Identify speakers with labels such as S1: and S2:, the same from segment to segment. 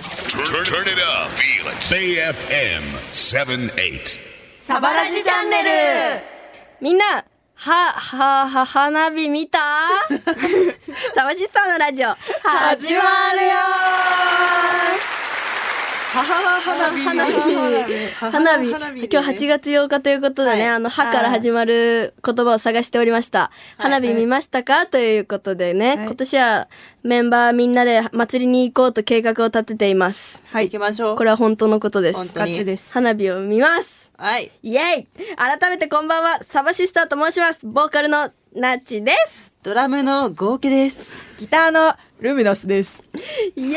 S1: Turn, turn it up. Feel it. AFM 78.
S2: サバラジチャンネル
S3: みんな、は、は、は、花火見 たサバシスターのラジオ、始まるよ
S4: 母花火
S3: 花火花火
S4: 花火ね
S3: 今日8月8日ということで
S4: は
S3: ね、
S4: い
S3: あの、はから始まる言葉を探しておりました。花火見ましたか、ということでね、
S4: はい
S3: 今年はメンバーみんなで祭りに行こうと計画を立てています。
S4: はい行きましょう
S3: これは本当のことで
S4: 本
S3: す。
S4: 当。にガチです
S3: 花火を見ます
S4: はい
S3: イエイ改めてこんばんは、サバシスターと申します。ボーカルのナッチです。
S4: ドラムの合計ですギターのルミナスです
S3: イエー
S4: 8
S3: イ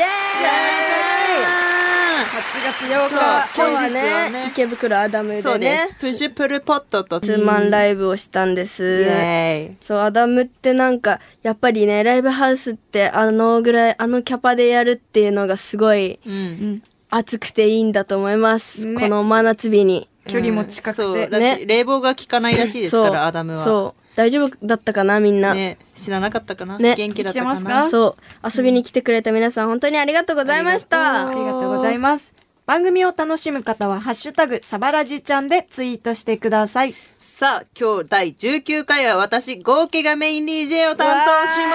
S4: 月
S3: そ
S4: 8日
S3: う今日は
S4: 本日は
S3: ね池袋アダムで
S4: そうで
S3: ね
S4: すプッシュプルポットと
S3: ツーマンライブをしたんで
S4: イ
S3: す
S4: エーイ
S3: そうアダムってなんかやっぱりねライブハウスってあのぐらいあのキャパでやるっていうのがすごい
S4: うん
S3: 暑くていいんだと思います、この真夏日に
S5: 距離も近く
S4: そう
S5: て、
S4: らしい冷房が効かないらしいですからアダムは
S3: そう大丈夫だったかなみんな、
S4: ね知らなかったかな
S3: ね
S4: 元気だった
S5: 生
S4: か
S5: きてま
S4: な
S5: すか
S3: そう遊びに来てくれた皆さん本当にありがとうございました
S5: ありがとうございます番組を楽しむ方は「ハッシュタグサバラジちゃん」でツイートしてください
S4: さあ今日第19回は私合計がメイン DJ を担当しま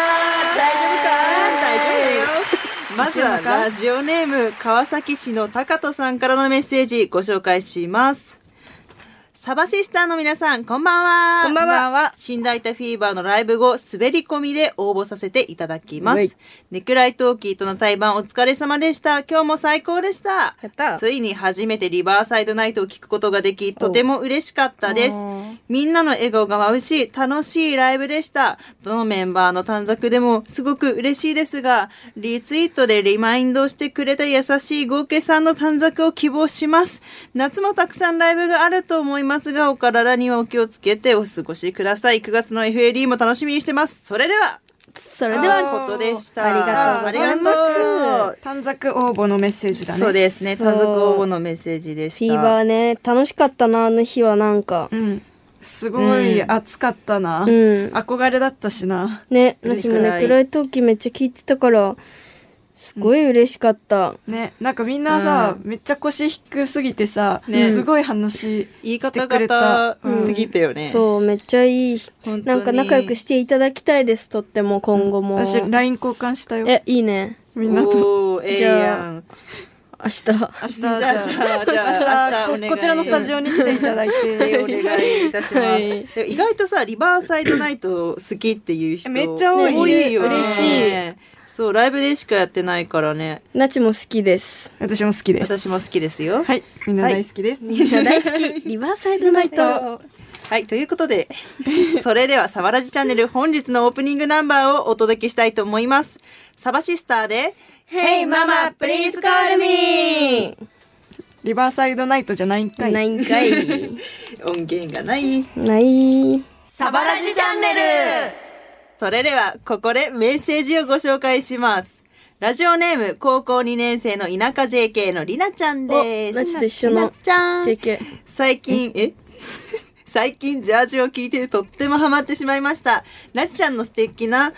S4: す
S3: 大丈夫か
S4: 大丈夫だよまずはラジオネーム川崎市の高人さんからのメッセージご紹介しますサバシスターの皆さんこんばんは
S3: こんばんは
S5: こんばんは
S4: 新大田フィーバーのライブ後滑り込みで応募させていただきま
S3: うい
S4: すネクライトーキーとの対バンお疲れ様でした今日も最高でした
S3: やった
S4: ついに初めてリバーサイドナイトを聞くことができとても嬉しかったですみんなの笑顔が眩しい楽しいライブでしたどのメンバーの短冊でもすごく嬉しいですがリツイートでリマインドしてくれた優しい合計さんの短冊を希望します夏もたくさんライブがあると思いますがお体にはお気をつけてお過ごしください9月の FAD も楽しみにしてますそれでは
S3: それ
S4: と
S3: で
S4: いう
S3: は
S4: ことでした
S3: あ
S4: あ
S3: り
S4: りが
S3: が
S4: と
S3: とう
S4: う
S3: ございます
S5: 短冊応募のメッセージだね
S4: そうですね短冊
S3: そう
S4: 応募のメッセージでした
S3: フィーバーね楽しかったなあの日はなんか
S5: うんすごい暑かったな、
S3: ん
S5: 憧れだったしな
S3: ね、な
S4: 嬉
S3: ん
S4: し
S3: か
S4: くない
S3: ね、暗い時めっちゃ聞いてたから、すごい嬉しかった。
S5: ねなんかみんなさ、めっちゃ腰低すぎてさ、
S4: ね
S5: すごい話
S4: 言い
S5: して
S4: 方
S5: くれ
S4: が
S5: た
S4: すぎたよね、
S3: そう、めっちゃいいし。
S4: 本当に
S3: なんか仲良くしていただきたいです、とっても今後も。
S5: 私 LINE 交換したよ
S3: え、いいね。
S5: みんなと
S4: おーええやん
S3: 明日。
S5: 明日じ
S4: ゃあじゃあじゃあ明日お願い
S5: ここちらのスタジオに来ていただい
S4: で お
S5: て
S4: 願いいたします、
S3: はい
S4: で意外とさリバーサイドナイト好きっていう人
S5: めっちゃ多い
S4: よね
S3: 嬉し
S4: そうライブでしかやってないからね
S3: なちも好きです。
S5: 私も好きです
S4: 私も好きですよ
S5: はいみんな大好 きです、
S3: みんな大好き、リバーサイドナイト。
S4: はい、ということで、 それではサバラジチャンネル本日のオープニングナンバーをお届けしたいと思います。サバシスターで、
S3: Hey Mama, please call me!
S5: リバーサイドナイトじゃないんかい
S3: ないん かい。
S4: 音源がない。
S3: ない。
S2: サバラジチャンネル
S4: それでは、ここでメッセージをご紹介します。ラジオネーム、高校2年生の田舎 JK のりなちゃんで
S3: お、
S4: す。
S3: なちと一緒の
S4: りなちゃん。
S3: JK。
S4: 最近、え 最近ジャージを聴いてとってもハマってしまいました。なちちゃんの素敵な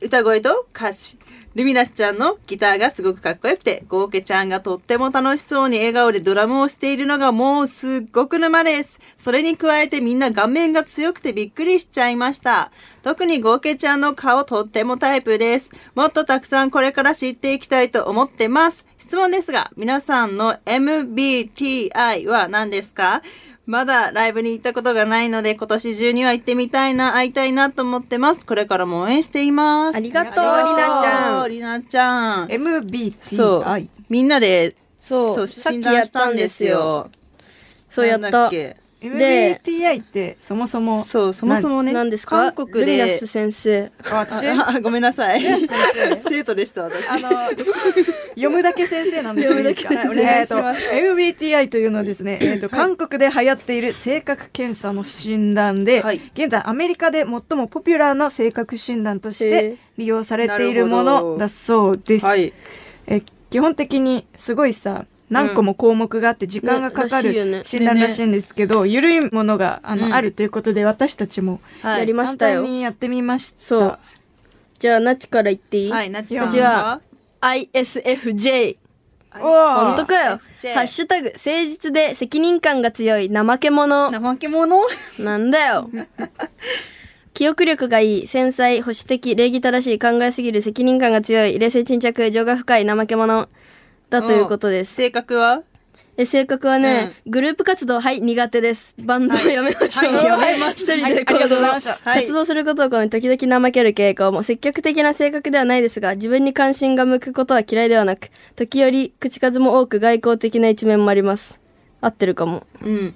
S4: 歌声と歌詞。ルミナスちゃんのギターがすごくかっこよくて、ゴーケちゃんがとっても楽しそうに笑顔でドラムをしているのがもうすっごく沼です。それに加えてみんな顔面が強くてびっくりしちゃいました。特にゴーケちゃんの顔とってもタイプです。もっとたくさんこれから知っていきたいと思ってます。質問ですが、皆さんの MBTI は何ですかまだライブに行ったことがないので、今年中には行ってみたいな、会いたいなと思ってます。これからも応援しています。
S3: ありがとうりなちゃん
S4: りなちゃん。そう
S5: MBTI。
S4: みんなで、
S3: そうさっ
S4: 診
S3: き
S4: 断したんですよ。
S3: そうやっ
S4: なんだ
S3: た。
S4: け
S3: で
S5: MBTI ってそもそも
S4: そう、そもそもね、
S3: 何ですか
S4: 韓国
S3: ルミナ
S4: で
S3: ス、先生。
S5: あ私あ
S4: ああごめんなさい。 生徒でした、私。
S5: の読むだけ先生なんですけどいいですか
S4: 読むだけ先生お願いします
S5: えーと MBTI というのはですね、えーと韓国で流行っている性格検査の診断で、
S4: はい
S5: 現在アメリカで最もポピュラーな性格診断とし
S3: へー
S5: て利用されているものだそうです。
S4: はい。
S5: え基本的にすごいさ何個も項目があって時間がかか
S3: ねらしいよね
S5: る診断らしいんですけど、緩いものがあの、
S4: うん
S5: あるということで私たちも
S4: はい
S3: やりま
S5: 簡
S3: したよ
S5: 単にやってみました。
S3: そう。じゃあ、なちから言っていい
S4: はい、なち
S5: こ
S4: さん
S5: ち
S3: ら ISFJ。
S5: おー
S3: 本当かよ。
S4: じゃあ
S3: ハッシュタグ、誠実で責任感が強い怠け者。
S4: 怠け者
S3: なんだ よ。記憶力がいい、繊細、保守的、礼儀正しい、考えすぎる、責任感が強い、冷静沈着、情が深い、怠け者。だということです。
S4: 性格は
S3: え性格はね、グループ活動、はい、苦手です。バンドをやめましょう。
S4: はいやめます
S3: 一人
S5: はいあ
S3: で
S5: り
S3: 行
S5: がとうご
S3: 動
S5: ざいました。
S4: はい
S3: 活動することを込め時々怠ける傾向も積極的な性格ではないですが自分に関心が向くことは嫌いではなく時折口数も多く外交的な一面もあります合ってるかも
S4: うん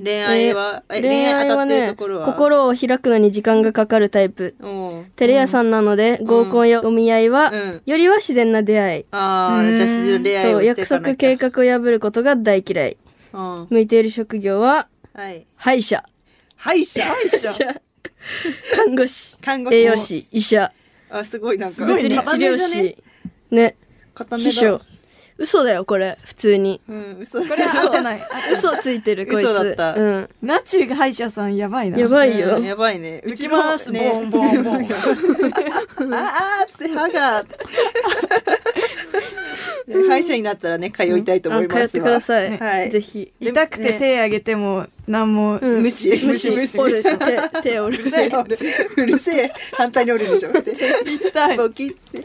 S4: 恋愛は、え
S3: えー
S4: 恋愛当たってるところは、
S3: 心を開くのに時間がかかるタイプ
S4: おう
S3: テレ屋さんなので、合コンやお見合いは、
S4: うん
S3: よりは自然な出会い
S4: ああじゃあ自然恋愛を
S3: そ
S4: し
S3: う
S4: てい
S3: 約
S4: かな
S3: 束
S4: きゃ
S3: 計画を破ることが大嫌い
S4: うん
S3: 向いている職業は
S4: はい
S3: 歯医者
S4: 歯医者歯医者
S3: 看護師
S4: 看護師
S3: 栄養士医者
S4: あすごいなんか
S3: 物理治療師ね
S4: 固めだ
S3: 師匠嘘だよこれ普通に
S4: うん嘘
S5: これは合ってない。
S3: 嘘ついてるこいつ
S4: 嘘だった
S3: うん、
S5: ナチュが歯医者さんやばいな。
S3: やばいよ、
S4: うんやばいねう
S5: 行き
S4: も
S5: ます、
S4: ね
S5: ボンボンボン。
S4: ああつって歯が歯医者になったらね通いたいと思いますわ
S3: あ通ってください、
S4: はい
S3: ぜひ
S5: 痛くて手あげても何も
S3: うん
S4: 無視
S3: 無視
S4: 無
S3: 無
S4: 視
S3: 視折る手手折る
S4: うるせえうるせえ反対におるでしょって
S5: 痛い。
S4: ボキって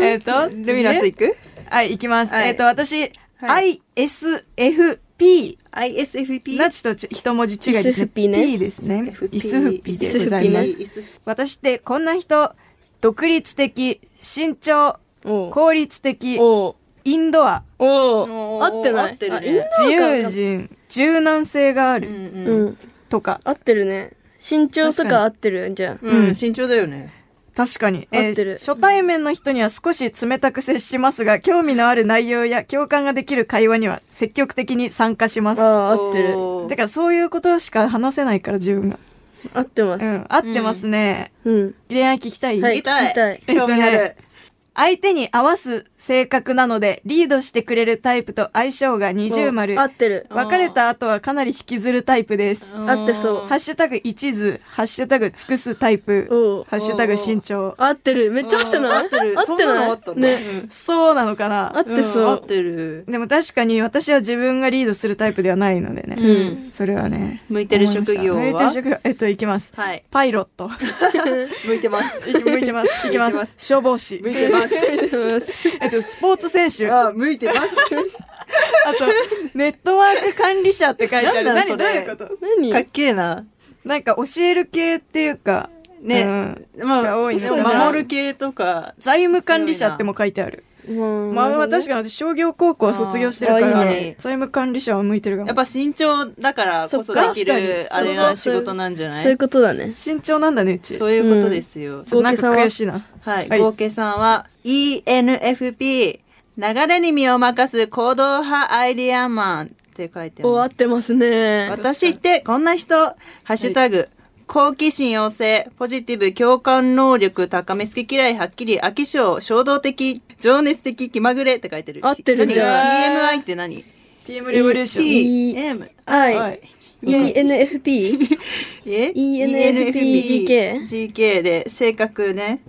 S5: えっと、
S4: ルミナス
S5: 次
S4: 行く
S5: ねはい、行きます。
S4: はい
S5: えっと、私、
S4: は
S5: ISFP。
S4: ISFP
S5: ナチとち一文字違いですね。
S3: ISFP ね
S5: P ですね。イスフピでございます。
S4: ISFP
S5: 私ってこんな人、独立的、慎重、
S3: おう
S5: 効率的、
S3: おう
S5: インドア、
S3: おう合ってない
S4: 合ってるね
S3: あインドア
S5: 自由人、柔軟性があ
S4: う
S5: る
S4: ん
S3: う
S4: うん
S3: ん
S5: とか。
S3: 合ってるね身長と
S5: 確かに
S3: か合ってるじゃん
S4: うん、
S5: うん
S4: 慎重だよね
S5: 確かに、
S3: 合ってる
S5: 初対面の人には少し冷たく接しますが興味のある内容や共感ができる会話には積極的に参加します
S3: ああ合ってる
S4: おー
S5: てかそういうことしか話せないから自分が
S3: 合ってま
S5: う
S3: す
S5: ん合ってますね、
S3: うん、
S5: 恋愛聞きたい、
S3: はい
S4: 聞きたい
S3: 聞きたい
S4: 興味あ
S5: えっと
S4: る
S5: 相手に合わす性格なのでリードしてくれるタイプと相性が二重丸
S3: おう合ってる
S5: 別れた後はかなり引きずるタイプです
S3: 合ってそう
S5: ハッシュタグ一途ハッシュタグ尽くすタイ
S3: おう
S5: プハッシュタグ身長
S3: 合ってるめっちゃ合ってない
S4: 合ってる
S3: 合っ
S4: そん
S3: て
S4: なの
S3: な
S4: 合
S3: い
S4: ったの
S3: ね
S4: うん
S5: そうなのかな
S3: 合ってそう、
S4: うん合ってる
S5: でも確かに私は自分がリードするタイプではないのでね、
S4: う
S5: それはね
S4: 向いてる職業は
S5: 思いました向いてる職業えっといきます、
S4: はい
S5: パイロット
S4: 向いてます
S5: 向いてますいきま
S4: 向いてます
S5: 消防 士
S4: 向いてます
S5: えっとスポーツ選手あ
S4: あ向いて ます
S5: とネットワーク管理者って書いてある
S4: なんなんそ
S5: 何どう
S4: れ
S5: いうこと
S3: 何
S4: かっけえな
S5: なんか教える系っていうかう
S4: ね
S5: ん、
S4: まあ
S5: 多いね
S4: でも守る系とか
S5: 財務管理者っても書いてある
S3: うん
S5: まあ私確かに私商業高校卒業してるから
S3: あーいい
S5: 財
S4: ね
S5: 務管理者は向いてるかも
S4: やっぱ身長だからこそ
S3: そっ
S4: で
S3: か
S4: き
S5: 確か
S4: る
S5: に
S4: あれな仕事なんじゃな
S3: そうい
S4: いう
S3: ことだね
S5: 慎重なんだねうち
S4: そういうことですよ
S5: ちょっとなんか悔しいな
S4: はい、
S5: はい
S4: 合計さんは ENFP 流れに身を任す行動派アイデアマンって書いて
S3: お合
S4: ま
S3: っ
S4: す
S3: てますね
S4: 私ってこんな人ハッシュタグ、好奇心旺盛、ポジティブ、共感能力高め、好き嫌いはっきり、飽き性、衝動的、情熱的、気まぐれって書いてる。
S3: 合ってる
S4: 何
S3: じゃ
S5: ん
S4: ?TMI って何
S5: ティームレボリューション
S3: E
S4: ?TM。
S5: は
S3: はい
S5: い
S3: ENFP
S4: え
S3: ENFP GK
S4: GK で性格ね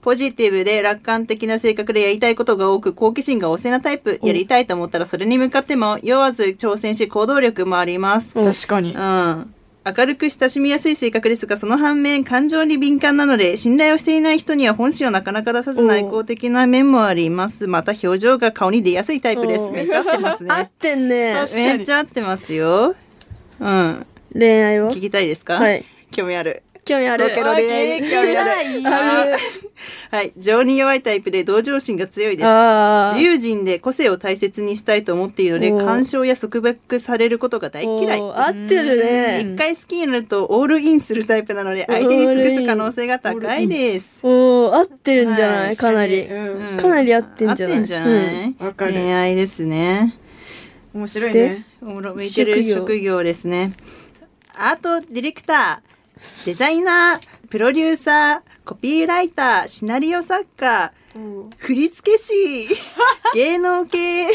S4: ポジティブで楽観的な性格でやりたいことが多く好奇心が旺盛なタイプやりたいと思ったらそれに向かっても酔わず挑戦し行動力もあります、うん、
S5: 確かに
S4: 明るく親しみやすい性格ですがその反面感情に敏感なので信頼をしていない人には本心をなかなか出さず内向的な面もありますまた表情が顔に出やすいタイプです
S3: お
S4: めっちゃ合ってます
S3: 合っ
S4: ね
S3: てんね
S5: 確かに
S4: めっちゃ合ってますようん
S3: 恋愛は
S4: 聞きたいですか
S3: はい
S4: 興味ある
S3: 興味ある
S4: ロケの恋愛に興味ある
S3: あ
S4: はい情に弱いタイプで同情心が強いです
S3: あ
S4: 自由人で個性を大切にしたいと思っているので
S3: おー
S4: 干渉や束縛されることが大嫌い
S3: お合ってるね
S4: 一回好きになるとオールインするタイプなので相手に尽くす可能性が高いです
S3: おー合ってるんじゃな
S4: はい
S3: いかなり
S5: う
S4: う
S5: ん
S4: ん
S3: かなり合ってんじゃない
S4: 合ってんじゃない、
S3: うん
S5: わかる
S4: 恋愛ですね
S5: 面白い
S3: で
S5: ね
S4: おもろ向いてる職業
S3: 職
S4: ですねアートディレクターデザイナープロデューサーコピーライターシナ リオ作家振付師芸能系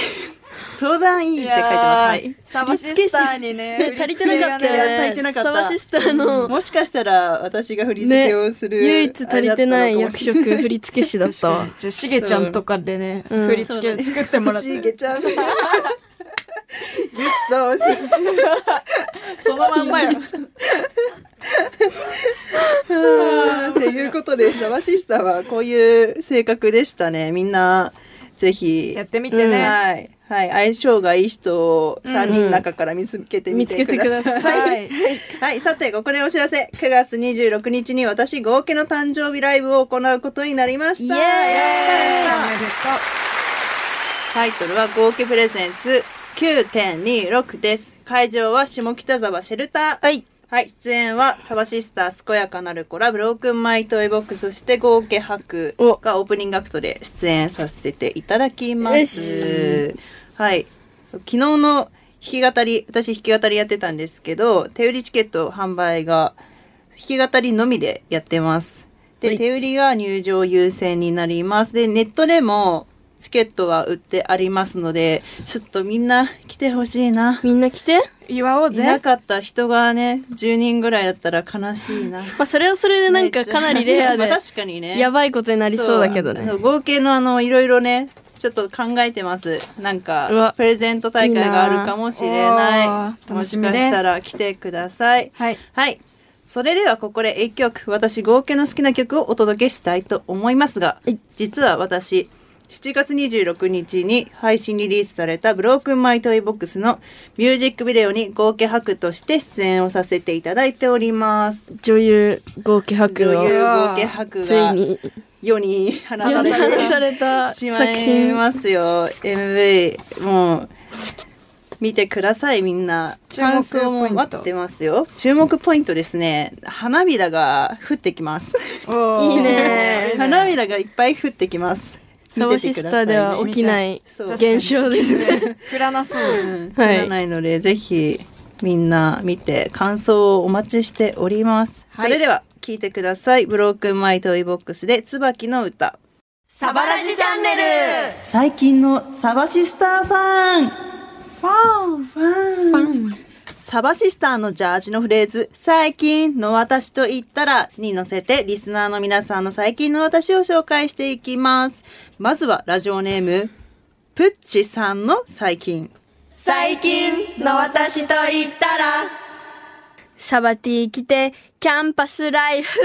S4: 相談員って書いてます。はい。
S5: サバシスターにね
S3: ね、足りてなかったよね。
S4: 足りてなかった
S3: サバシスターの、
S4: もしかしたら私が振り付けをする、
S3: 唯一足りてない役
S4: あれだ
S3: 職振付師だったわ。
S5: ちょしげちゃんとかでね、
S3: うん
S5: 振り付け作ってもらっ
S4: ち
S5: て
S4: げちゃん。言ったわしげ
S5: そのまんまや
S4: ということで、サバシスターはこういう性格でしたね。みんな、ぜひ。
S5: やってみてね、
S4: はい。はい。相性がいい人を3人の中から見つけてみ
S3: 見つ
S4: て
S3: け
S4: く
S3: て
S4: だ
S3: く
S4: さ
S3: だ
S4: い。
S3: さ。
S5: はいい
S4: はい、さて、ここでお知らせ。9月26日に私、合計の誕生日ライブを行うことになりました。
S3: イエー
S4: や
S3: イ
S4: ったタイトルは合計プレゼンツ9.26です。会場は下北沢シェルター。
S3: はい。
S4: はい、出演はサバシスター、健やかなる子ら、ブロークンマイトイボックス、そして合計白
S3: お
S4: がオープニングアクトで出演させていただきま
S3: よ
S4: す。はい。昨日の弾き語り、私弾き語りやってたんですけど、手売りチケット販売が弾き語りのみでやってます。で、
S3: はい
S4: 手売りが入場優先になります。で、ネットでもチケットは売ってありますので、ちょっとみんな来てほしいな。
S3: みんな来て。
S5: 祝おう
S4: いな
S5: ぜ
S4: かった人がね、10人ぐらいだったら悲しいな。
S3: まあ、それはそれで なんかかなりレ ア
S4: まあ
S3: で、
S4: 確かにね。
S3: やばいことになりそうだけどね
S4: そ。う合計のあの、いろいろね、ちょっと考えてます。なん
S3: う
S4: か
S3: わ、
S4: プレゼント大会があるかもしれ
S5: いい
S4: な。
S5: ないあ楽しみ
S4: も
S5: で
S4: し
S5: す
S4: かしたら来てください。
S5: はい
S4: はい。それではここで1曲、私合計の好きな曲をお届けしたいと思いますが
S3: はい、
S4: 実は私、7月26日に配信リリースされたブロークンマイトイボックスのミュージックビデオに合計白として出演をさせていただいております。
S3: 女優合計白
S4: 女優
S3: の
S4: 合計白
S3: つい
S4: が
S3: に
S4: 世に放
S3: 世
S4: た
S3: に
S4: れ
S3: 放
S4: て
S3: たれた
S4: し
S3: 作
S4: まい
S3: 品
S4: ますよ MV もう見てくださいみんな
S5: 注目ポイ
S4: 感
S5: ント
S4: 想も待ってますよ注目ポイントですね花びらが降ってきます
S5: おー
S3: いい ね
S4: 花びらがいっぱい降ってきます
S3: サバシスターでは起きない
S4: そう
S3: 現象です。
S5: 降らなそう
S4: うん降
S3: はい
S4: らないのでぜひみんな見て感想をお待ちしております、それでは聞いてくださいブロークンマイトイボックスで椿の歌
S2: サバラジチャンネル
S4: 最近のサバシスターファンファンファンサバシスターのジャージのフレーズ「最近の私と言ったら」に乗せてリスナーの皆さんの最近の私を紹介していきますまずはラジオネームプッチさんの最近
S2: 最近の私と言ったら
S3: サバティ来てキャンパスライフ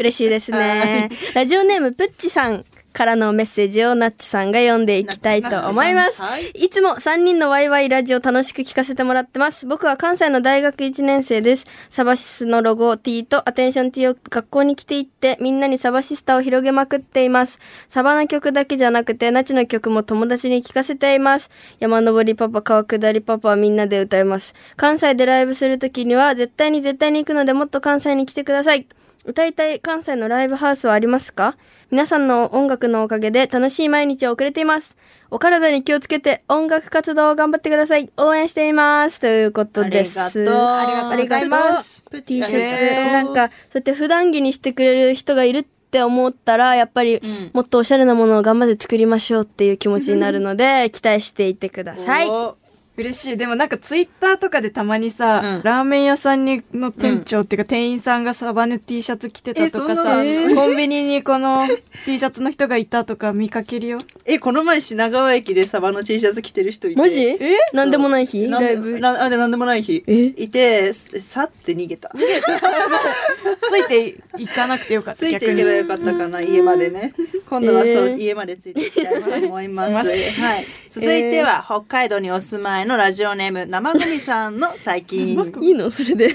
S3: 嬉しいですね。ラジオネームプッチさんからのメッセージをナッチさんが読んでいきたいと思い
S4: ナ
S3: ます。
S4: ッチさんはい
S3: い、つも3人のワイワイラジオ楽しく聞かせてもらってます。僕は関西の大学1年生です。サバシスのロゴ T とアテンション T を学校に着ていってみんなにサバシスタを広げまくっています。サバの曲だけじゃなくてナチの曲も友達に聞かせています。山登りパパ、川下りパパはみんなで歌います。関西でライブするときには絶対に絶対に行くのでもっと関西に来てください。歌いたい関西のライブハウスはありますか皆さんの音楽のおかげで楽しい毎日を送れています。お体に気をつけて音楽活動を頑張ってください。応援しています。ということです。
S4: ありがとう
S3: ありがとうございます。
S4: プッチ
S3: T
S4: が
S3: シ
S4: ね
S3: ャツ。なんか、そうやって普段着にしてくれる人がいるって思ったら、やっぱり
S4: ん
S3: もっとおしゃれなものを頑張って作りましょうっていう気持ちになるので、期待していてください。
S4: お
S5: 嬉しいでもなんかツイッターとかでたまにさ、
S4: うん
S5: ラーメン屋さんにの店長っていうか、店員さんがサバネ T シャツ着てたとか
S4: えそんなのあ
S5: さ、
S4: ん
S5: コンビニにこの T シャツの人がいたとか見かけるよ
S4: えこの前品川駅でサバの T シャツ着てる人いて
S3: マジなんでもない日
S4: なん
S3: ライ
S4: で
S3: ブ。
S4: なあでなんでもない日
S3: え
S4: いてすさって逃げた
S5: ついていかなくてよかった
S4: ついていけばよかったかな家までね今度はそう、
S3: えー
S4: 家までついていきたいと思います
S5: います
S4: はい、続いては、北海道にお住まいのラジオネーム生組さんの最近
S3: いいのそれ で。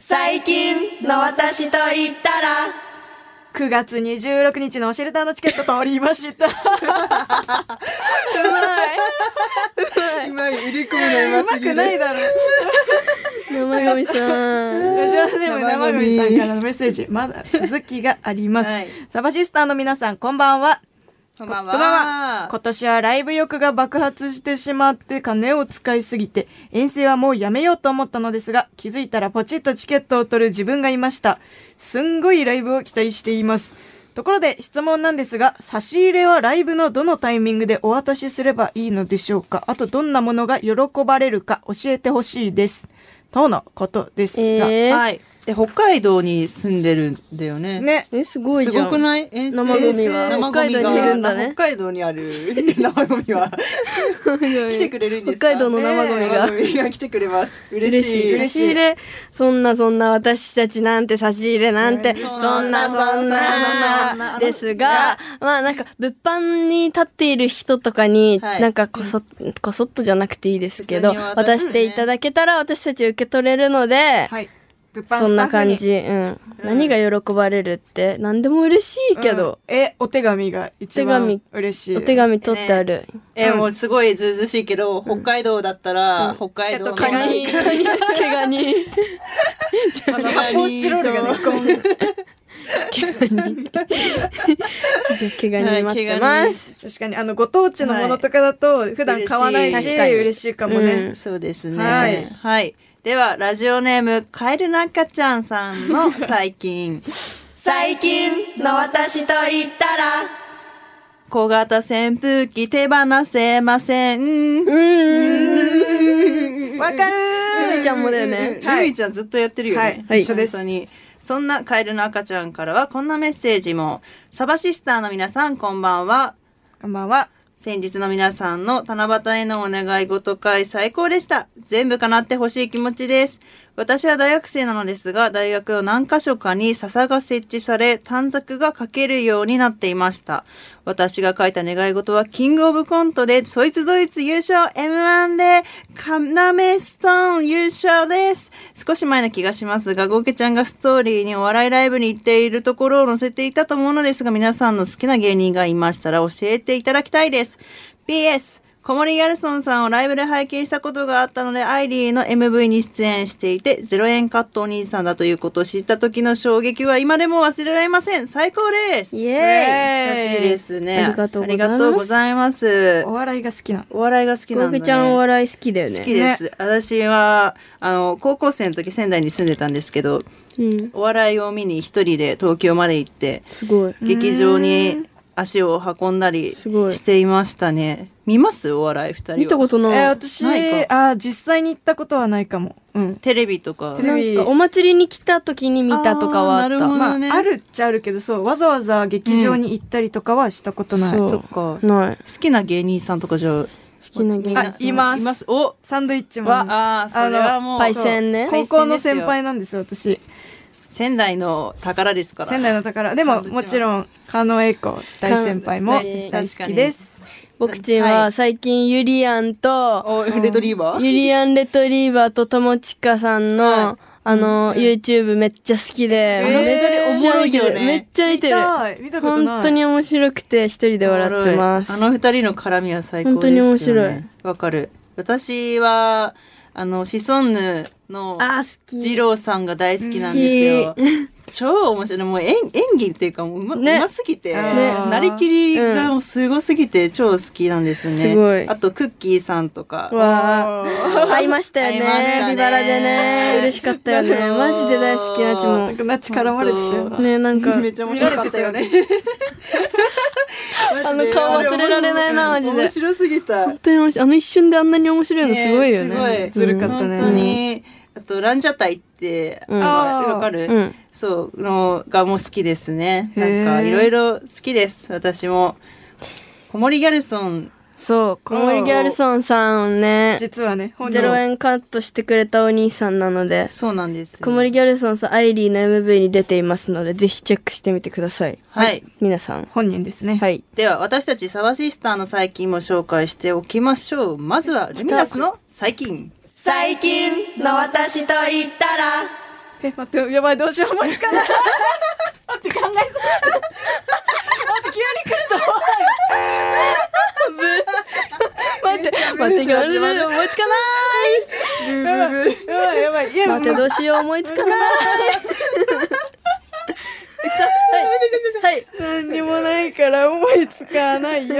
S2: 最近の私と言ったら
S5: 9月26日のシェルターのチケット取りましたう
S4: うまい売り込むのう
S5: まくないだろ
S3: 生神さ ん。
S5: ラジオネー
S4: 生
S5: ム生
S4: 組
S5: 組さんからのメッセージまだ続きがあります、
S4: はい
S5: サバシスターの皆さんこんばんは
S4: こんばんは
S5: こんばんは今年はライブ欲が爆発してしまって金を使いすぎて遠征はもうやめようと思ったのですが気づいたらポチッとチケットを取る自分がいましたすんごいライブを期待していますところで質問なんですが、差し入れはライブのどのタイミングでお渡しすればいいのでしょうかあとどんなものが喜ばれるか教えてほしいです。とのことですが。
S3: えー
S4: はい。で、北海道に住んでるんだよね。。
S5: ね。
S3: えすごい
S4: す
S3: じゃん
S4: ごくない遠征
S3: 生ゴミは
S4: 生ゴミ
S3: 北海道にいるんだね
S4: あ北海道にある 生ゴミは来てくれるんですか
S3: 北海道の生ゴミが
S4: ね生ゴミが来てくれます嬉
S3: 嬉
S4: し
S3: しい
S4: い
S3: 差し入れそんなそんな私たちなんて差し入れなんて
S4: そう
S3: そんなそん
S4: そんな
S3: なですが
S4: が
S3: まあなんか物販に立っている人とかに
S4: はい
S3: なんかこそ,、こそっとじゃなくていいですけど
S4: 普通に渡すね
S3: 渡していただけたら私たち受け取れるので、
S5: はい。物販スタッフ
S3: そ
S5: に
S3: んな感。じ、うん、何が喜ばれるって何でも嬉しいけど、
S5: うんえ、お手紙が一番嬉しい。
S3: お手紙取ってある、
S4: えもうすごいずうずうしいけど、北海道だったら、北海道の
S5: えっとカニ
S3: 毛ガニ
S5: あの発泡スチロールがね、一個も
S3: じゃあ毛ガニ待ってます、
S5: 確かに、あの、ご当地のものとかだと、普段買わない
S4: 嬉し
S5: し、
S4: い
S5: 嬉しいかも
S3: う
S5: ね
S3: ん。
S4: そうですね。
S5: はい
S4: はい。では、ラジオネーム、カエルなかちゃんさん の最近。
S2: 最近の私と言ったら
S4: 小型扇風機手放せません。わかる
S3: ゆみちゃんもだよね
S4: ゆみちゃんずっとやってるよね。
S3: はい
S5: 一緒です
S4: 本当に。そんなカエルの赤ちゃんからはこんなメッセージも。サバシスターの皆さんこんばんは。
S5: こんばんは。
S4: 先日の皆さんの七夕へのお願い事会最高でした。全部叶ってほしい気持ちです。私は大学生なのですが、大学の何箇所かに笹が設置され、短冊が書けるようになっていました。私が書いた願い事は、キングオブコントで、そいつドイツ優勝 M1 で、カナメストーン優勝です。少し前の気がしますが、ゴーケちゃんがストーリーにお笑いライブに行っているところを載せていたと思うのですが、皆さんの好きな芸人がいましたら教えていただきたいです。PS、小森ギャルソンさんをライブで拝見したことがあったので、アイリーの MV に出演していて、0円カットお兄さんだということを知った時の衝撃は今でも忘れられません。最高です。
S3: イ
S5: エ
S3: エ
S4: らしいですね。
S3: ありがとうござ
S4: あり
S3: います
S4: がとうございます
S5: お。笑いが好きな。
S4: お笑いが好き
S3: ーイ
S4: な
S3: ゴ
S4: んだ、ね。
S3: グちゃんお笑い好きだよね
S4: 好きです、私はあの高校生の時仙台に住んでたんですけど
S3: うん
S4: お笑いを見に一人で東京まで行って
S3: すごい
S4: 劇場に足を運んだり
S3: すごい
S4: していましたね見ますお笑い二人は
S3: 見たこと
S5: え
S3: ない、
S5: ー、私、
S4: ない
S5: あー、実際に行ったことはないかも。うん。
S4: テレビとか
S5: テレビ
S3: なんかお祭りに来た時に見たとかはあ
S4: あーな
S3: っ
S4: るほ
S3: た
S4: ど
S5: まあ、
S4: ね
S5: あるっちゃあるけど、そう、わざわざ劇場に行ったりとかはしたことない。
S3: そう
S4: そっか好
S3: ない
S4: きな芸人さんとかじゃあ
S3: 好きな芸
S4: みん
S3: 人
S4: な
S5: あいます
S4: いますお
S5: サンドイッチマン。
S4: ああそれはもう
S3: パイセンね
S5: 高校の先輩なんですよ、私。
S4: 仙台の宝ですから
S5: 仙台の宝。でも、もちろん、狩野英孝大先輩も
S4: 狩野英孝
S5: 大好きです。
S3: 僕ちんは最近ユリアンと
S4: おレトリーバー
S3: ユリアンレトリーバーと友近さんの、
S4: は
S3: あの、YouTube めっちゃ好きで、
S4: あの二人おも
S3: めっちゃ見て
S4: ろいよ
S3: る、
S4: ね
S3: めっちゃ見てる
S5: たい見たことない。
S3: 本当に面白くて一人で笑ってます
S4: あの二人の絡みは最高ですよね。
S3: 本当に面白い。
S4: わかる。私は、あの、シソンヌの
S3: あー好き
S4: 二郎さんが大好きなんですよ。超面白い。もう演演技っていうか、もううま,、
S3: ね
S4: すぎて、
S5: ね
S4: なりきりがもうすごすぎて超好きなんですね。
S3: すごい
S4: あと、クッキーさんとか。
S3: わあ会いましたよね
S4: 会いましたね
S3: ビバラでね嬉しかったよね
S4: そう
S3: マジで大好きなち
S5: な
S3: も
S5: んか、な、絡まれてたよな。
S3: ねなんか
S4: めっちゃ面白かったよね。 マジで
S3: あの顔忘れられないなマジで
S4: 面白すぎた。
S3: 本当に面白いあの一瞬であんなに面白いのすごいよね
S4: ね
S5: すごいずるかったね
S4: 本当に、あとランジャタイって、
S3: ん
S4: あ
S5: あー
S4: わかる、
S3: うん
S4: そうのがもう好きですねな
S5: へ
S4: ん
S5: ー
S4: かいろいろ好きです私も小森ギャルソン
S3: そう小森ギャルソンさんね
S5: 実はね、本人
S3: 0円カットしてくれたお兄さんなので
S4: そうなんです
S3: 小森ギャルソンさんアイリーの MV に出ていますのでぜひチェックしてみてください
S4: はい
S3: 皆さん
S5: 本人ですね。
S3: はい
S4: では私たちサバシスターの最近も紹介しておきましょうまずはルミナスの最近
S2: 最近の私と言ったら
S5: え、待って、やばい、どうしよう、思いつか ない。待って、考えそう。
S3: 待って待って思いつかない
S5: やばい、やばい、いや、
S3: 待ってどうしよう思いつかないはい、はい
S5: 何にもないから思いつかない よ。え、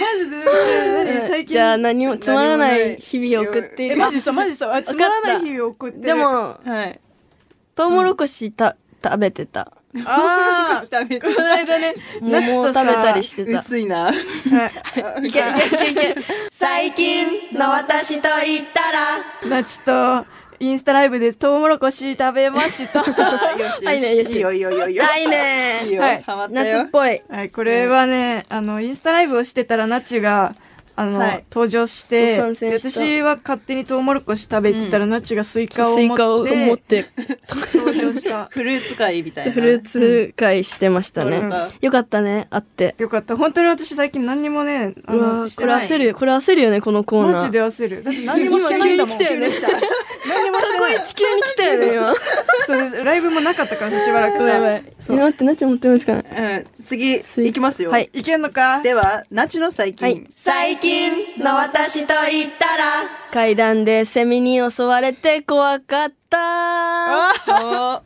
S5: マジで、じゃあ何最近。
S3: じゃあ何もつまらない日々を送ってい
S5: え、
S3: る
S5: マジそう、マジそう、あつまらない日々を送ってる。
S3: で、も
S4: はい
S3: トウモロコシた食べてた。
S5: ああ、
S4: 食べて
S5: こ の間ね、
S3: 桃を
S5: 夏
S3: 食べ
S5: とさ
S3: たりしてた。
S4: 薄いな。
S3: いけいけいけ いけ。
S2: 最近の私と言ったら
S5: なちとインスタライブでトウモロコシ食べました。
S4: あよし
S3: あいいねよ
S4: よ
S3: し
S4: し。いいよいいよいいよいいよ。
S3: あ、いい
S4: いい
S3: ね
S4: よ。
S5: はい
S4: ハマった
S3: 夏
S4: よ
S3: っ。ぽい。
S5: はい、これはね、あのインスタライブをしてたらなちがあの、
S4: はい
S5: 登場して
S3: そう参戦
S5: で
S3: した
S5: 私は勝手にトウモロコシ食べてたら、なちがスイカを
S3: スイカを
S5: 持
S3: 持っ
S5: って
S3: て
S5: 登場 した。
S4: フルーツ会みたいな。
S3: フルーツ会してましたね
S4: うん。
S3: よかったね、あって。
S5: よかった。本当に私最近何にもね、あ
S3: うわ
S5: の、
S3: ー
S5: して
S3: これ
S5: ない。
S3: 焦るよ、これ焦るよね、このコーナー。
S5: マジで焦る。だって何にもしてないんだもん。
S3: 今急に来たよね。
S5: 何にもしてない。
S3: 地球に来たよね、今。
S5: そうです。ライブもなかったからしばらく。
S3: やばい。え待って、なっちゃん持ってますかね。
S4: うん、次、
S3: スイ
S4: いきますよ。
S3: はい。
S5: いけんのか
S4: では、ナチの最近。
S3: はい
S2: 最近の私と言ったら
S3: 階段でセミに襲われて怖かった。
S4: あ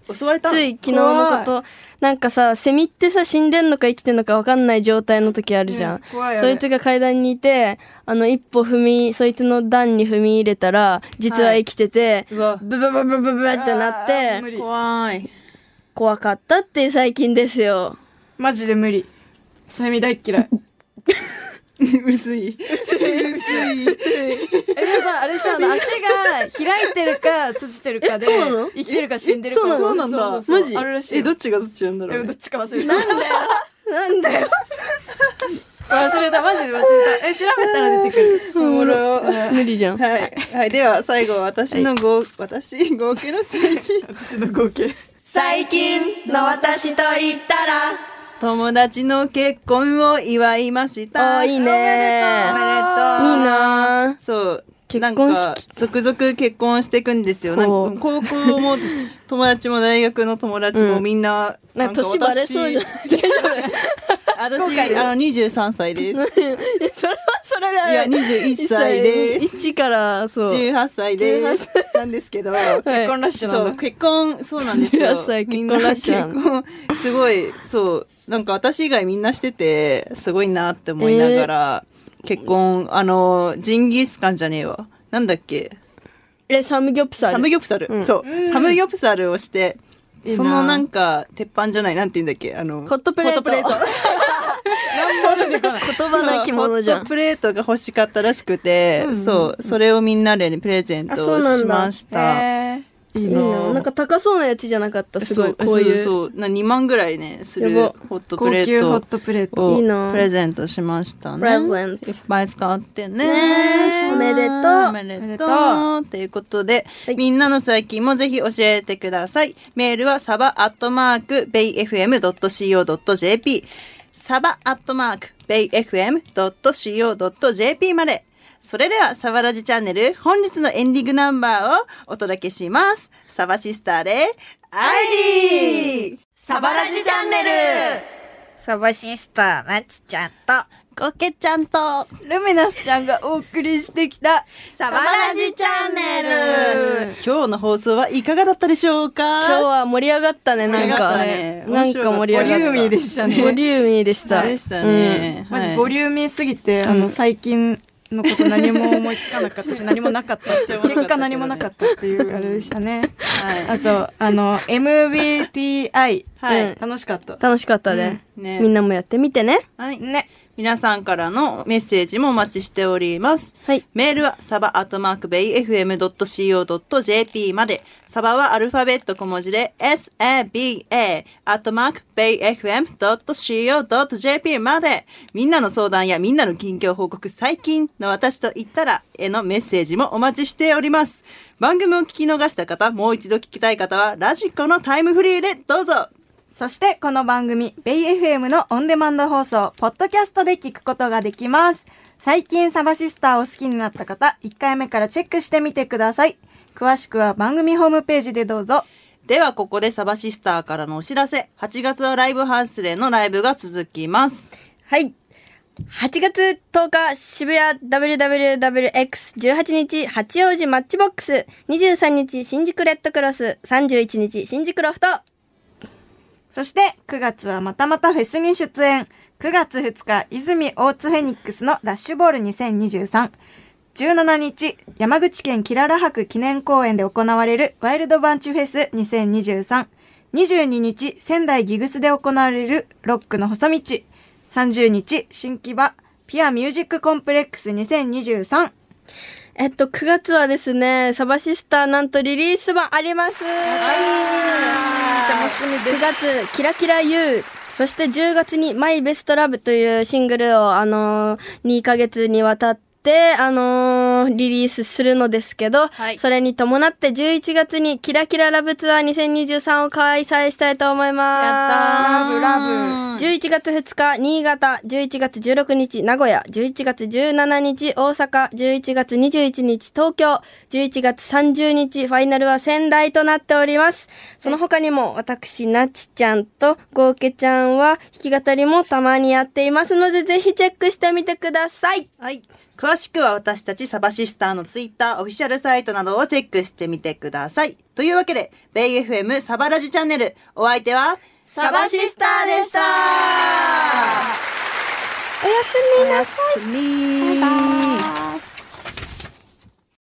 S4: ー襲われた
S3: つい昨日のこと、なんかさ、セミってさ、死んでんのか生きてんのかわかんない状態の時あるじゃん。
S5: うん怖いあれ
S3: そいつが階段にいて、あの、一歩踏み、そいつの段に踏み入れたら、実は生きてて、
S4: うわ
S3: ブブブブブブってなっ
S5: あー無
S3: て、
S5: 理
S4: 怖い。
S3: 怖かったっていう最近ですよ。
S5: マジで無理。セミ大っ嫌い。
S4: 薄い。
S5: え、でもさ、あれじゃん、あの足が開いてるか閉じてるかで、
S3: そうなの
S5: 生きてるか死んでるか。
S3: えそう
S4: なの
S5: そうそうそう
S3: マジ
S5: あるらしいよ。
S4: え、どっちがどっちなんだろ
S5: え
S4: う
S5: ど
S4: ね
S5: っ。ちか忘れた。
S3: なんだよ。なんだよ。
S5: 忘れた、マジで忘れた。え、調べたら出てくる。
S4: おもろ
S3: 無理じゃん。
S4: はい。はい。では、最後、私の合、私、合計の最近。
S5: 私の合計。
S2: 最近の私と言ったら
S4: 友達の結婚を祝いました。
S3: あーいいね
S4: おめでとう。おめ
S3: いい
S4: でとう。
S3: なー
S4: そう。な
S3: 結
S4: ん
S3: 婚式
S4: か、続々結婚していくんですよ。なんか
S3: こう
S4: 高校も、友達も大学の友達もみんな、
S3: なんか年バレそうじゃん。
S4: 私、私あの、23歳です。
S3: いやそれはそれだよ。
S4: いや21歳です
S3: 1歳から、そう。
S4: 18歳で
S3: 18
S4: す。なんですけど、
S3: はい
S5: 結婚ラッシュな
S4: そ
S5: んだ
S4: う、。結婚、そうなん ですよ。
S3: 18歳
S4: みんな
S3: 結婚ラッシュなの
S4: 結婚すごい、そう、なんか私以外みんなしてて、すごいなって思いながら、結婚、あの、ジンギスカンじゃねえわ。なんだっけ
S3: え、サムギョプサル。
S4: サムギョプサル、そうサムギョプサルをして
S5: な
S4: そのなんか鉄板じゃないなんて言うんだっけあの
S3: ホットプレー
S4: ホ
S3: ト
S4: ットプレート
S3: 言葉な着物じゃ
S4: ホッ
S3: ん
S4: ト。プレートが欲しかったらしくて、そうそれをみんなでプレゼン
S3: あそう
S4: ト
S3: なんだ
S4: しました
S5: えー、
S3: い
S5: い
S3: い
S5: いな
S3: な。なんか高そうなやつじゃなかった、すごい。こういう。
S4: そうそうな2万ぐらいねする
S3: やば
S4: ホットプ
S5: 高
S4: レ
S5: 級ホッ
S4: ー
S5: トプレート。
S4: トを
S3: いいな
S4: プレゼントしましたね
S3: プレゼント
S4: いっぱい使ってね
S3: ねえおめでとう
S4: はいおめで
S5: おめで
S4: と
S5: と
S4: うということで、
S3: はい
S4: みんなの最近もぜひ教えてくださいメールはサバアットマークベイ FM.co.jp サバアットマークベイ FM.co.jp までそれではサバラジチャンネル本日のエンディングナンバーをお届けしますサバシスターでアイリー
S2: サバラジチャンネル
S6: サバシスター、なちちゃんと、
S4: コケちゃんと
S5: ルミナスちゃんがお送りしてきた。
S6: サ
S4: サバラジチャンネル今日の放送はいかがだったでしょうか
S3: 今日は盛り上がったね、なん
S4: 盛り
S3: か。
S4: 上がったね
S3: なんか盛り
S5: ボ
S3: 上
S5: リュ
S3: が
S5: ー
S3: っ
S5: ミーでした
S3: た。
S5: ね。
S3: ボリューミーでした。
S4: でしたね、
S5: マジボ
S4: ュ
S5: リューミーすぎて、あの最近のこと何も思いつかなかったし何もなかったって いう結果何もなかったっていうあれでしたね。
S4: は
S5: あとあの MBTI、
S4: はい
S5: うん楽しかった
S3: うん。楽しかったね。
S4: うんね
S3: みんなもやってみてね。
S4: はい、
S5: ね
S4: 皆さんからのメッセージもお待ちしております、
S3: はい
S4: メールはサバアットマークベイ FM.co.jp までサバはアルファベット小文字で SABA アットマークベイ FM.co.jp までみんなの相談やみんなの近況報告最近の私と言ったらへのメッセージもお待ちしております番組を聞き逃した方もう一度聞きたい方はラジコのタイムフリーでどうぞ
S5: そしてこの番組ベイ FM のオンデマンド放送ポッドキャストで聞くことができます最近サバシスターを好きになった方1回目からチェックしてみてください詳しくは番組ホームページでどうぞ
S4: ではここでサバシスターからのお知らせ8月はライブハウスでのライブが続きます
S3: はい。8月10日、渋谷 WWWX18 日、八王子マッチボックス、23日、新宿レッドクロス、31日、新宿ロフト。
S5: そして9月はまたまたフェスに出演。9月2日、泉大津フェニックスのラッシュボール2023。17日、山口県キララ博記念公園で行われるワイルドバンチフェス2023。 22日、仙台ギグスで行われるロックの細道。30日、新木場、ピアミュージックコンプレックス2023。
S3: えっと、9月はですね、サバシスターなんとリリースもあります。
S5: 楽しみです。
S3: 9月、キラキラ U。そして10月に My Best Love というシングルを、あのー2ヶ月にわたって、あのーリリースするのですけど、
S4: はい
S3: それに伴って11月にキラキララブツアー2023を開催したいと思います。
S4: やったー
S5: ラブラブ
S3: 11月2日、新潟、11月16日、名古屋、11月17日、大阪、11月21日、東京、11月30日、ファイナルは仙台となっております。その他にも、私、なちちゃんと、ごうけちゃんは、弾き語りもたまにやっていますので、ぜひチェックしてみてください。
S4: はい。詳しくは私たちサバシスターのツイッター、オフィシャルサイトなどをチェックしてみてください。というわけで、ベイ FM サバラジチャンネル、お相手は、サバシスターでした
S3: おやすみなさ
S4: お
S3: い。
S4: やすみバイバイ